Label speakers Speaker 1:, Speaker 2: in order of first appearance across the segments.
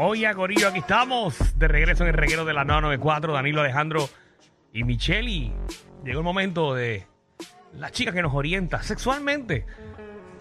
Speaker 1: Oye, Corillo, aquí estamos. De regreso en el reguero de la 994, Danilo Alejandro y Micheli. Llegó el momento de la chica que nos orienta sexualmente.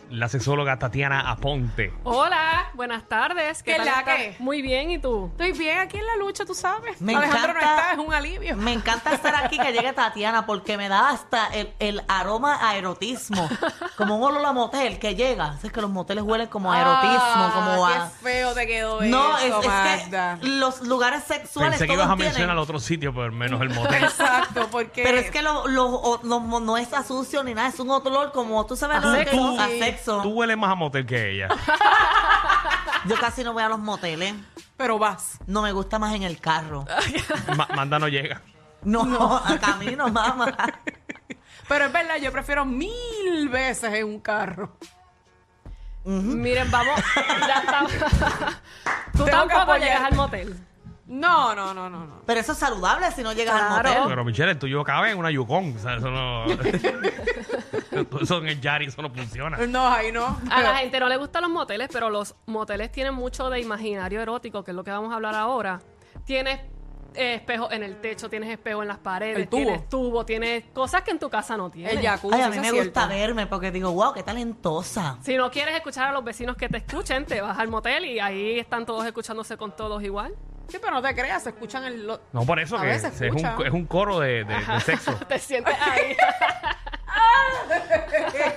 Speaker 1: La sexóloga Tatiana Aponte.
Speaker 2: Hola, buenas tardes.
Speaker 3: ¿Qué la
Speaker 2: estás?
Speaker 3: qué?
Speaker 2: Muy bien, ¿y tú?
Speaker 3: Estoy bien aquí en la lucha, tú sabes.
Speaker 4: Me
Speaker 3: Alejandro
Speaker 4: encanta-
Speaker 3: no está, es un alivio.
Speaker 4: Me encanta estar aquí, que llegue Tatiana, porque me da hasta el, el aroma a erotismo. Como un olor a motel que llega. Es que los moteles huelen como a erotismo,
Speaker 3: Ah,
Speaker 4: como a...
Speaker 3: Qué feo te quedó
Speaker 4: No, es,
Speaker 3: eso,
Speaker 4: es
Speaker 3: Magda.
Speaker 4: que los lugares sexuales
Speaker 1: Pensé que
Speaker 4: todos
Speaker 1: ibas a
Speaker 4: tienen-
Speaker 1: mencionar otro sitio, pero menos el motel.
Speaker 3: Exacto, porque...
Speaker 4: Pero es que lo- lo- o- no- no es a sucio ni nada, es un otro olor como tú
Speaker 2: A
Speaker 4: sabes lo que
Speaker 2: sexo.
Speaker 4: es a sexo.
Speaker 1: Tú hueles más a motel que ella.
Speaker 4: Yo casi no voy a los moteles.
Speaker 3: Pero vas.
Speaker 4: No me gusta más en el carro.
Speaker 1: Ma- Manda no llega.
Speaker 4: No, a camino, mamá.
Speaker 3: Pero es verdad, yo prefiero mil veces en un carro.
Speaker 2: Mm, Miren, vamos. Ya está. tú
Speaker 3: Tengo que
Speaker 2: tampoco
Speaker 3: apoyar.
Speaker 2: llegas al motel.
Speaker 3: No, no, no, no, no.
Speaker 4: Pero eso es saludable si no llegas
Speaker 2: Claro.
Speaker 4: al motel.
Speaker 1: Pero Michelle, el tuyo cabe en una Yukon. O sea, eso no. eso en el Yari, eso no funciona.
Speaker 3: No, ahí no.
Speaker 2: A la gente no le gustan los moteles, pero los moteles tienen mucho de imaginario erótico, que es lo que vamos a hablar ahora. Tienes eh, espejo en el techo, tienes espejo en las paredes,
Speaker 3: El tubo.
Speaker 2: tienes tubo, tienes cosas que en tu casa no tienes.
Speaker 3: El jacuzzi,
Speaker 4: Ay, a mí
Speaker 3: eso
Speaker 4: me
Speaker 3: es
Speaker 4: gusta
Speaker 3: cierto.
Speaker 4: verme porque digo, wow, qué talentosa.
Speaker 2: Si no quieres escuchar a los vecinos que te escuchen, te vas al motel y ahí están todos escuchándose con todos igual.
Speaker 3: Sí, pero no te creas, se escuchan el... lo-
Speaker 1: No, por eso
Speaker 3: A
Speaker 1: que
Speaker 3: veces
Speaker 1: es un,
Speaker 3: escucha.
Speaker 1: es un coro de, de- de sexo.
Speaker 2: Te sientes ahí.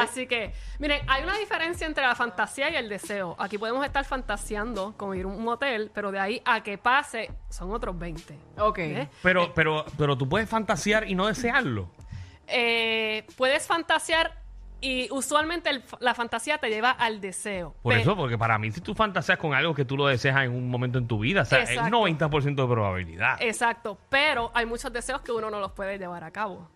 Speaker 2: Así que, miren, hay una diferencia entre la fantasía y el deseo. Aquí podemos estar fantaseando con ir a un motel, pero de ahí a que pase son otros 20.
Speaker 3: Ok.
Speaker 2: ¿eh?
Speaker 1: Pero, pero, pero tú puedes fantasear y no desearlo.
Speaker 2: Eh, puedes fantasear y usualmente el- la fantasía te lleva al deseo.
Speaker 1: Por
Speaker 2: Pe-
Speaker 1: eso, porque para mí, si tú fantaseas con algo que tú lo deseas en un momento en tu vida, o sea, es
Speaker 2: Exacto. Eh,
Speaker 1: 90% de probabilidad.
Speaker 2: Exacto, pero hay muchos deseos que uno no los puede llevar a cabo.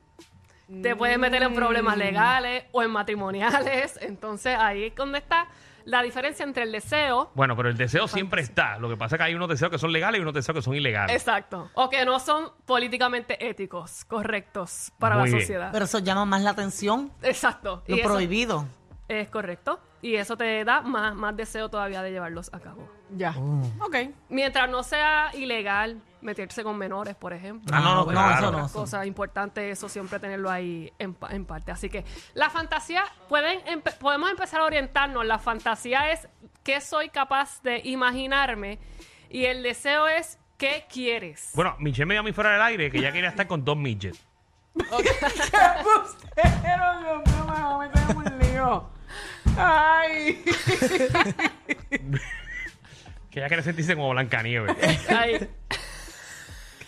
Speaker 1: Mm.
Speaker 2: Te puedes meter en problemas legales o en matrimoniales, entonces ahí es donde está la diferencia entre el deseo,
Speaker 1: Bueno, pero el deseo siempre está. Lo que pasa es que hay unos deseos que son legales y unos deseos que son ilegales.
Speaker 2: exacto, o que no son políticamente éticos, correctos para
Speaker 1: Muy
Speaker 2: la
Speaker 1: bien.
Speaker 2: sociedad.
Speaker 4: Pero eso llama más la atención,
Speaker 2: exacto,
Speaker 4: lo
Speaker 2: y eso
Speaker 4: prohibido.
Speaker 2: es correcto, y eso te da más, más deseo todavía de llevarlos a cabo.
Speaker 3: Ya. Ok.
Speaker 2: Mientras no sea ilegal meterse con menores, por ejemplo.
Speaker 1: Ah, no, no,
Speaker 2: O
Speaker 1: claro.
Speaker 4: eso no.
Speaker 2: otras cosas importantes, eso siempre tenerlo ahí en, pa- en parte. Así que la fantasía, pueden empe- podemos empezar a orientarnos. La fantasía es qué soy capaz de imaginarme y el deseo es qué quieres.
Speaker 1: Bueno, Michelle me dio a mí fuera del aire que ella quería estar con dos midgets.
Speaker 3: ¡Qué embustero, Dios mío! Me voy a meter en un lío. Ay.
Speaker 1: Que ella quería sentirse como Blancanieves.
Speaker 2: Ahí.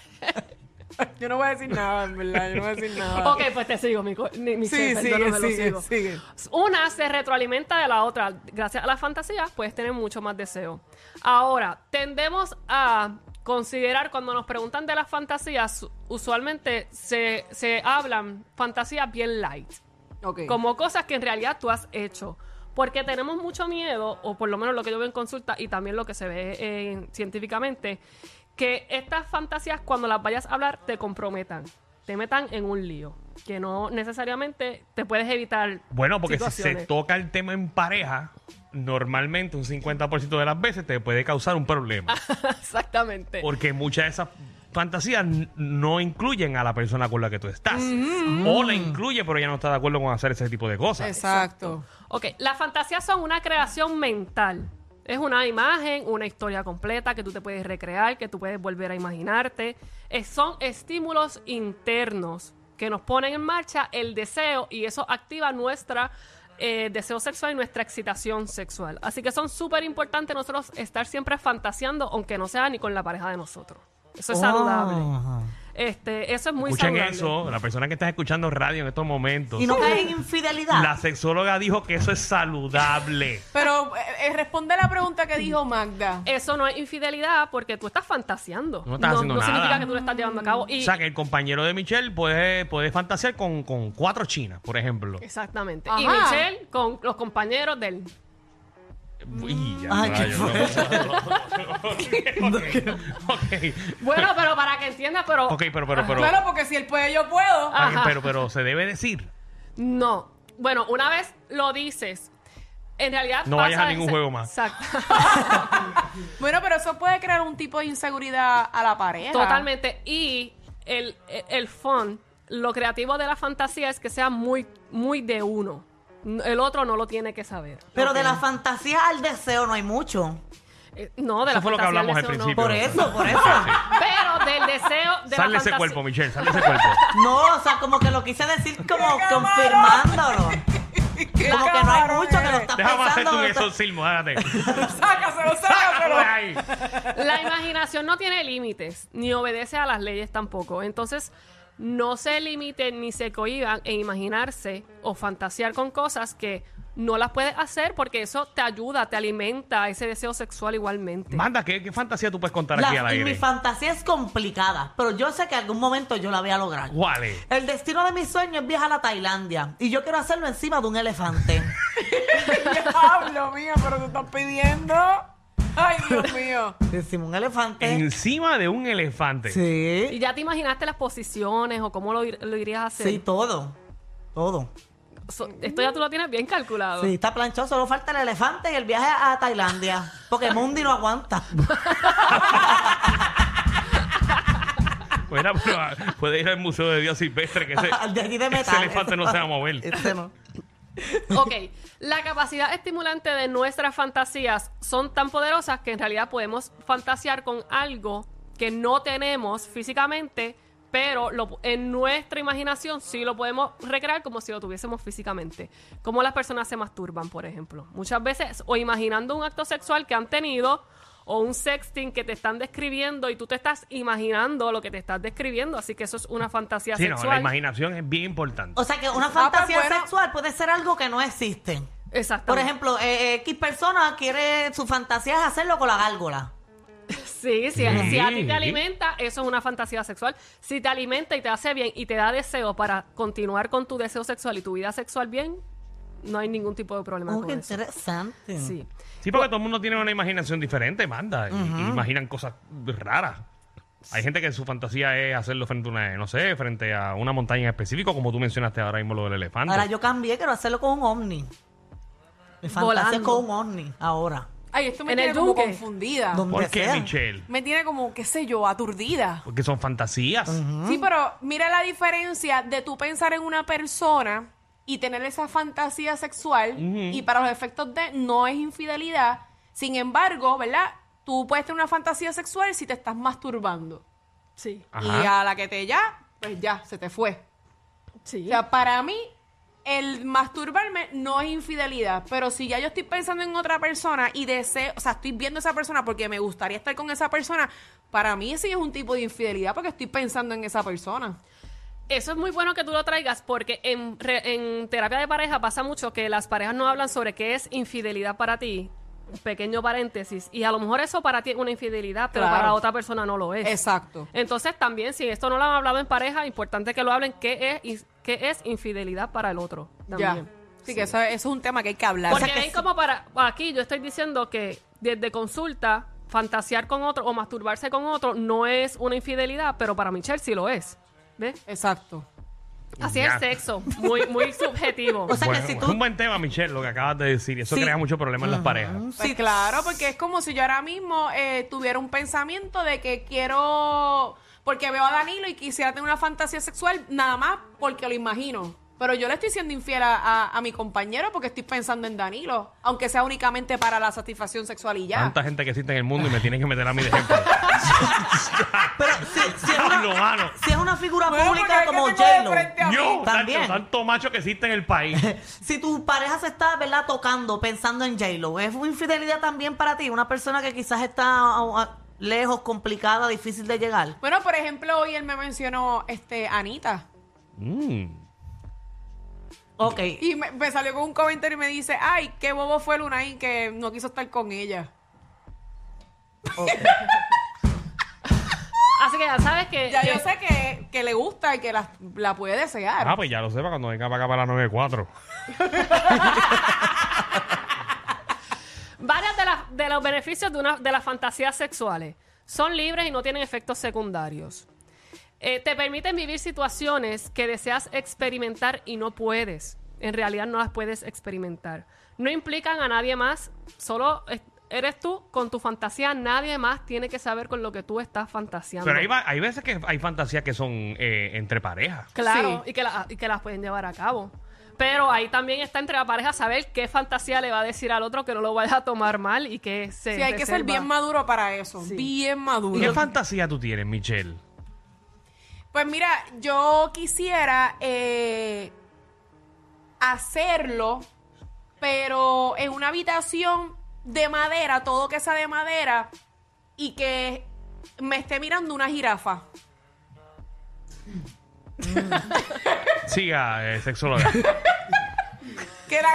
Speaker 3: Yo no voy a decir nada, en verdad. Yo no voy a decir nada.
Speaker 2: Ok, pues te sigo, mi, co- mi- mi
Speaker 3: Sí,
Speaker 2: chef,
Speaker 3: sigue,
Speaker 2: perdóname, lo
Speaker 3: sigue,
Speaker 2: sigo.
Speaker 3: sigue.
Speaker 2: Una se retroalimenta de la otra. Gracias a la fantasía puedes tener mucho más deseo. Ahora, tendemos a considerar cuando nos preguntan de las fantasías, usualmente se, se hablan fantasías bien light,
Speaker 3: Ok.
Speaker 2: como cosas que en realidad tú has hecho. Porque tenemos mucho miedo, o por lo menos lo que yo veo en consulta y también lo que se ve eh, científicamente, que estas fantasías cuando las vayas a hablar te comprometan, te metan en un lío, que no necesariamente te puedes evitar.
Speaker 1: Bueno, porque si se
Speaker 2: situaciones.
Speaker 1: toca el tema en pareja, normalmente un 50% de las veces te puede causar un problema.
Speaker 2: Exactamente.
Speaker 1: Porque muchas de esas fantasías n- no incluyen a la persona con la que tú estás.
Speaker 2: Mm-hmm.
Speaker 1: O la incluye, pero ella no está de acuerdo con hacer ese tipo de cosas.
Speaker 3: Exacto.
Speaker 2: Ok, las fantasías son una creación mental. Es una imagen, una historia completa que tú te puedes recrear, que tú puedes volver a imaginarte. Es- son estímulos internos que nos ponen en marcha el deseo y eso activa nuestra eh, deseo sexual y nuestra excitación sexual. Así que son súper importantes nosotros estar siempre fantaseando, aunque no sea ni con la pareja de nosotros. Eso es
Speaker 4: Oh,
Speaker 2: saludable.
Speaker 4: ajá.
Speaker 2: Este, eso es muy
Speaker 1: Escuchen
Speaker 2: saludable.
Speaker 1: eso, la persona que está escuchando radio en estos momentos.
Speaker 4: Y no caes en infidelidad.
Speaker 1: La sexóloga dijo que eso es saludable.
Speaker 3: Pero eh, eh, responde la pregunta que dijo Magda.
Speaker 2: Eso no es infidelidad porque tú estás fantaseando.
Speaker 1: No estás haciendo nada.
Speaker 2: significa que tú lo estás llevando a cabo. Y,
Speaker 1: O sea, que el compañero de Michelle puede, puede fantasear con, con cuatro chinas, por ejemplo.
Speaker 2: Exactamente. Y
Speaker 3: Ajá.
Speaker 2: Michelle con los compañeros del...
Speaker 1: Y ya,
Speaker 4: Ay,
Speaker 1: rayos,
Speaker 4: qué
Speaker 1: no. Ok, ok.
Speaker 2: Bueno, pero para que entiendas, pero...
Speaker 1: Ok, pero, pero, pero,
Speaker 3: claro, porque si él puede, yo puedo.
Speaker 1: Ah,
Speaker 2: Ajá.
Speaker 1: pero, pero se debe decir.
Speaker 2: No. Bueno, una vez lo dices, en realidad
Speaker 1: No
Speaker 2: pasa
Speaker 1: vayas a ningún
Speaker 2: ese-
Speaker 1: juego más.
Speaker 2: Exacto.
Speaker 3: Bueno, pero eso puede crear un tipo de inseguridad a la pareja.
Speaker 2: Totalmente. Y el, el, el fun, lo creativo de la fantasía es que sea muy, muy de uno. N- El otro no lo tiene que saber.
Speaker 4: Pero de la fantasía al deseo no hay mucho.
Speaker 2: Eh, No, de
Speaker 1: Eso
Speaker 2: la
Speaker 1: fue lo que
Speaker 2: fantasía al
Speaker 1: hablamos al
Speaker 2: deseo, no.
Speaker 1: principio.
Speaker 4: Por
Speaker 1: Pero-
Speaker 4: eso, por eso.
Speaker 2: Pero del deseo
Speaker 1: Sale ese
Speaker 2: de la fantasía.
Speaker 1: cuerpo, Michelle, sale ese cuerpo.
Speaker 4: No, o sea, como que lo quise decir como confirmándolo. Como que no hay
Speaker 3: camarón eh.
Speaker 4: mucho que lo
Speaker 3: eres?
Speaker 4: estás
Speaker 1: Déjame hacerte
Speaker 4: pensando. Ah,
Speaker 1: un
Speaker 4: lo estás-
Speaker 1: exorcismo, déjate.
Speaker 3: Sácaselo,
Speaker 1: ¡Sácalo
Speaker 3: sácaselo.
Speaker 1: de Ah, ahí!
Speaker 2: La imaginación no tiene límites, ni obedece a las leyes tampoco. Entonces, no se limiten ni se cohiban en imaginarse o fantasear con cosas que no las puedes hacer porque eso te ayuda, te alimenta ese deseo sexual igualmente.
Speaker 1: Manda, ¿qué, qué fantasía tú puedes contar
Speaker 4: La-
Speaker 1: aquí al
Speaker 4: y mi
Speaker 1: aire?
Speaker 4: fantasía es complicada, pero yo sé que algún momento yo la voy a lograr.
Speaker 1: ¿Cuál es?
Speaker 4: El destino de mi sueño es viajar a Tailandia y yo quiero hacerlo encima de un elefante.
Speaker 3: Diablo mío, pero tú estás pidiendo. Ay, Dios mío.
Speaker 4: encima de un elefante.
Speaker 1: Encima de un elefante.
Speaker 2: ¿Y
Speaker 4: Eh. Sí,
Speaker 2: ya te imaginaste las posiciones o cómo lo, ir- lo irías a hacer?
Speaker 4: sí, todo. Todo.
Speaker 2: So- esto ya tú lo tienes bien calculado.
Speaker 4: Sí, está planchado, solo falta el elefante y el viaje a Tailandia. Porque Mundi no aguanta.
Speaker 1: Bueno, pero, ah, puede ir al Museo de Dios Silvestre, que ese,
Speaker 4: De aquí de
Speaker 1: ese
Speaker 4: metal.
Speaker 1: elefante no se va a mover.
Speaker 4: Este no.
Speaker 2: Ok, la capacidad estimulante de nuestras fantasías son tan poderosas que en realidad podemos fantasear con algo que no tenemos físicamente, pero lo- en nuestra imaginación sí lo podemos recrear como si lo tuviésemos físicamente. Como las personas se masturban, por ejemplo. Muchas veces, o imaginando un acto sexual que han tenido, o un sexting que te están describiendo y tú te estás imaginando lo que te estás describiendo, así que eso es una fantasía
Speaker 1: Sí, no, la
Speaker 2: sexual.
Speaker 1: imaginación es bien importante.
Speaker 4: O sea que una
Speaker 2: Ah,
Speaker 3: pues,
Speaker 4: fantasía
Speaker 3: bueno.
Speaker 4: sexual puede ser algo que no existe.
Speaker 2: Exactamente.
Speaker 4: Por ejemplo, eh, X persona quiere, su fantasía es hacerlo con la gárgola.
Speaker 2: Sí, si,
Speaker 1: Sí.
Speaker 2: si a ti te alimenta, eso es una fantasía sexual. Si te alimenta y te hace bien y te da deseo para continuar con tu deseo sexual y tu vida sexual bien, no hay ningún tipo de problema
Speaker 4: Oh,
Speaker 2: con
Speaker 4: qué
Speaker 2: eso.
Speaker 4: interesante.
Speaker 2: Sí.
Speaker 1: Sí, porque todo el mundo tiene una imaginación diferente, manda. y- y imaginan cosas raras. Hay gente que su fantasía es hacerlo frente a una, no sé, frente a una montaña específica, como tú mencionaste ahora mismo lo del elefante.
Speaker 4: Ahora yo cambié, quiero hacerlo con un ovni. Mi fantasía
Speaker 2: Volando.
Speaker 4: es con un ovni ahora.
Speaker 3: Ay, esto me
Speaker 2: En
Speaker 3: tiene
Speaker 2: el
Speaker 3: como
Speaker 2: yunque.
Speaker 3: confundida.
Speaker 4: Donde
Speaker 1: ¿Por qué,
Speaker 4: sea.
Speaker 1: Michelle?
Speaker 3: Me tiene como, qué sé yo, aturdida.
Speaker 1: Porque son fantasías.
Speaker 3: Sí, pero mira la diferencia de tú pensar en una persona y tener esa fantasía sexual y para los efectos de no es infidelidad. Sin embargo, ¿verdad? Tú puedes tener una fantasía sexual si te estás masturbando.
Speaker 2: Sí.
Speaker 1: Ajá.
Speaker 3: Y a la que te ya, pues ya, se te fue.
Speaker 2: Sí.
Speaker 3: O sea, para mí, el masturbarme no es infidelidad, pero si ya yo estoy pensando en otra persona y deseo, o sea, estoy viendo a esa persona porque me gustaría estar con esa persona, para mí sí es un tipo de infidelidad porque estoy pensando en esa persona.
Speaker 2: Eso es muy bueno que tú lo traigas porque en, re- en terapia de pareja pasa mucho que las parejas no hablan sobre qué es infidelidad para ti. Un pequeño paréntesis. Y a lo mejor eso para ti es una infidelidad, pero
Speaker 3: Claro.
Speaker 2: para la otra persona no lo es.
Speaker 3: Exacto.
Speaker 2: Entonces también, si esto no lo han hablado en pareja, importante que lo hablen, qué es, qué es infidelidad para el otro. También.
Speaker 3: Ya. Sí, que eso, eso es un tema que hay que hablar.
Speaker 2: Porque
Speaker 4: O sea que
Speaker 2: ven
Speaker 4: sí.
Speaker 2: como para, aquí yo estoy diciendo que desde consulta, fantasear con otro o masturbarse con otro no es una infidelidad, pero para Michelle sí lo es. ¿Ves?
Speaker 3: Exacto.
Speaker 2: Así
Speaker 1: Ya.
Speaker 2: es el sexo, muy, muy subjetivo.
Speaker 4: O sea
Speaker 1: Bueno,
Speaker 4: que si
Speaker 1: Es
Speaker 4: tú...
Speaker 1: un buen tema, Michelle, lo que acabas de decir. Eso
Speaker 4: Sí.
Speaker 1: crea muchos problemas en las parejas.
Speaker 4: Ujú,
Speaker 3: Pues
Speaker 4: sí.
Speaker 3: claro, porque es como si yo ahora mismo eh, tuviera un pensamiento de que quiero, porque veo a Danilo y quisiera tener una fantasía sexual nada más porque lo imagino. Pero yo le estoy siendo infiel a, a- a mi compañero porque estoy pensando en Danilo, aunque sea únicamente para la satisfacción sexual y ya.
Speaker 1: Tanta gente que existe en el mundo y me tienen que meter a mí de ejemplo.
Speaker 4: Pero si, si es
Speaker 1: Diablo,
Speaker 4: una,
Speaker 1: mano.
Speaker 4: si es una figura
Speaker 3: Bueno, porque
Speaker 4: pública
Speaker 3: es que
Speaker 4: como
Speaker 3: tengo de
Speaker 4: J-Lo,
Speaker 3: frente a mí.
Speaker 1: Yo,
Speaker 4: También.
Speaker 1: tanto, tanto macho que existe en el país.
Speaker 4: si tu pareja se está, ¿verdad?, tocando, pensando en J-Lo, ¿es una infidelidad también para ti? Una persona que quizás está ah, ah, lejos, complicada, difícil de llegar.
Speaker 3: Bueno, por ejemplo, hoy él me mencionó este Anita.
Speaker 1: Mm.
Speaker 4: Ok.
Speaker 3: Y me, me salió con un comentario y me dice, ay, qué bobo fue Lunay que no quiso estar con ella.
Speaker 2: Así que ya sabes que...
Speaker 3: Ya
Speaker 2: que-
Speaker 3: yo sé que, que le gusta y que la, la puede desear.
Speaker 1: Ah, pues ya lo sepa cuando venga para acá para la 94.
Speaker 2: Varias de, las- de los beneficios de, una, de las fantasías sexuales son libres y no tienen efectos secundarios. Eh, te permiten vivir situaciones que deseas experimentar y no puedes. En realidad no las puedes experimentar. No implican a nadie más, solo es- eres tú con tu fantasía, nadie más tiene que saber con lo que tú estás fantaseando.
Speaker 1: Pero hay, va- hay veces que hay fantasías que son eh, entre parejas.
Speaker 2: Claro,
Speaker 3: Sí.
Speaker 2: y, que la- y que las pueden llevar a cabo. Pero ahí también está entre la pareja saber qué fantasía le va a decir al otro que no lo vaya a tomar mal y que se.
Speaker 3: Sí, hay que ser
Speaker 2: reserva.
Speaker 3: bien maduro para eso.
Speaker 2: Sí.
Speaker 3: Bien
Speaker 1: ¿Qué
Speaker 3: maduro.
Speaker 1: fantasía tú tienes, Michelle?
Speaker 3: Pues mira, yo quisiera eh, hacerlo, pero en una habitación de madera, todo que sea de madera, y que me esté mirando una jirafa.
Speaker 1: Siga, eh, sexóloga.
Speaker 3: Que la,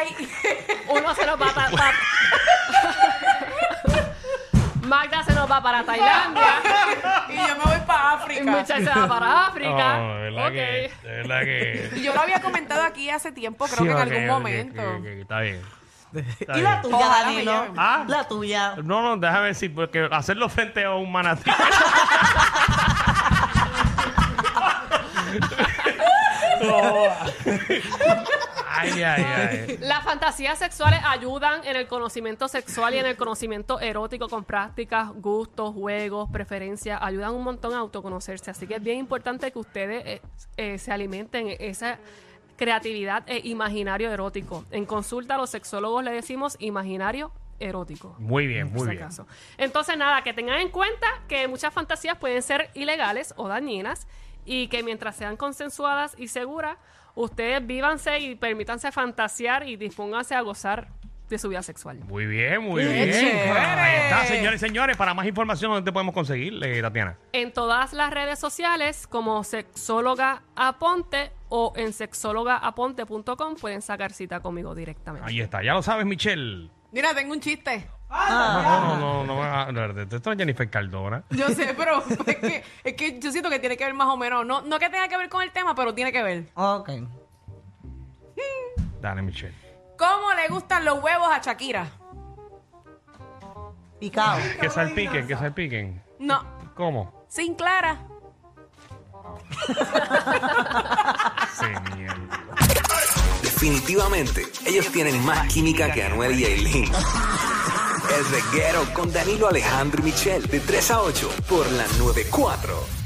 Speaker 2: Uno se nos va para. Magda se nos va para Tailandia.
Speaker 3: y yo me voy para
Speaker 2: y
Speaker 3: África.
Speaker 2: Michelle se va para África.
Speaker 1: No, de Oh, verdad
Speaker 2: Ok.
Speaker 1: que. de verdad que-
Speaker 3: Y yo lo había comentado aquí hace tiempo, Pues creo
Speaker 1: Sí,
Speaker 3: que
Speaker 1: ok,
Speaker 3: en algún
Speaker 1: ok,
Speaker 3: momento.
Speaker 1: ok, ok, está bien. Está
Speaker 4: Y la
Speaker 1: bien.
Speaker 4: tuya,
Speaker 3: Ojalá me
Speaker 4: Danilo.
Speaker 3: lleven.
Speaker 1: Ah.
Speaker 4: La tuya.
Speaker 1: No, no, déjame decir, porque hacerlo frente a un manatí. No. ay, ay, ay.
Speaker 2: Las fantasías sexuales ayudan en el conocimiento sexual y en el conocimiento erótico con prácticas, gustos, juegos, preferencias. Ayudan un montón a autoconocerse. Así que es bien importante que ustedes eh, eh, se alimenten esa creatividad e imaginario erótico. En consulta a los sexólogos le decimos imaginario erótico.
Speaker 1: Muy bien,
Speaker 2: por
Speaker 1: muy
Speaker 2: si
Speaker 1: bien.
Speaker 2: acaso. Entonces, nada, que tengan en cuenta que muchas fantasías pueden ser ilegales o dañinas y que mientras sean consensuadas y seguras, ustedes vívanse y permítanse fantasear y dispónganse a gozar de su vida sexual.
Speaker 1: Muy bien, muy
Speaker 3: ¡Qué
Speaker 1: bien.
Speaker 3: chévere!
Speaker 1: Ahí está, señores y señores. Para más información, ¿dónde te podemos conseguir, eh, Tatiana?
Speaker 2: En todas las redes sociales como sexóloga aponte o en sexólogaaponte.com pueden sacar cita conmigo directamente.
Speaker 1: Ahí está, ya lo sabes, Michelle.
Speaker 3: Mira, tengo un chiste.
Speaker 1: No, no, no, no, no, no, no, Esto es Jennifer Cardona.
Speaker 3: Yo sé, pero es que, es que yo siento que tiene que ver más o menos. No, no que tenga que ver con el tema, pero tiene que ver.
Speaker 4: Ah. Ok.
Speaker 1: Dale, Michelle.
Speaker 3: ¿Cómo le gustan los huevos a Shakira?
Speaker 4: Picao.
Speaker 1: Que salpiquen, que salpiquen.
Speaker 3: No,
Speaker 1: ¿Cómo?
Speaker 3: sin clara.
Speaker 1: Sí, mierda.
Speaker 5: Definitivamente, ellos tienen más química que Anuel y Aileen. El reguero con Danilo Alejandro y Michel, de 3 a 8, por la 94.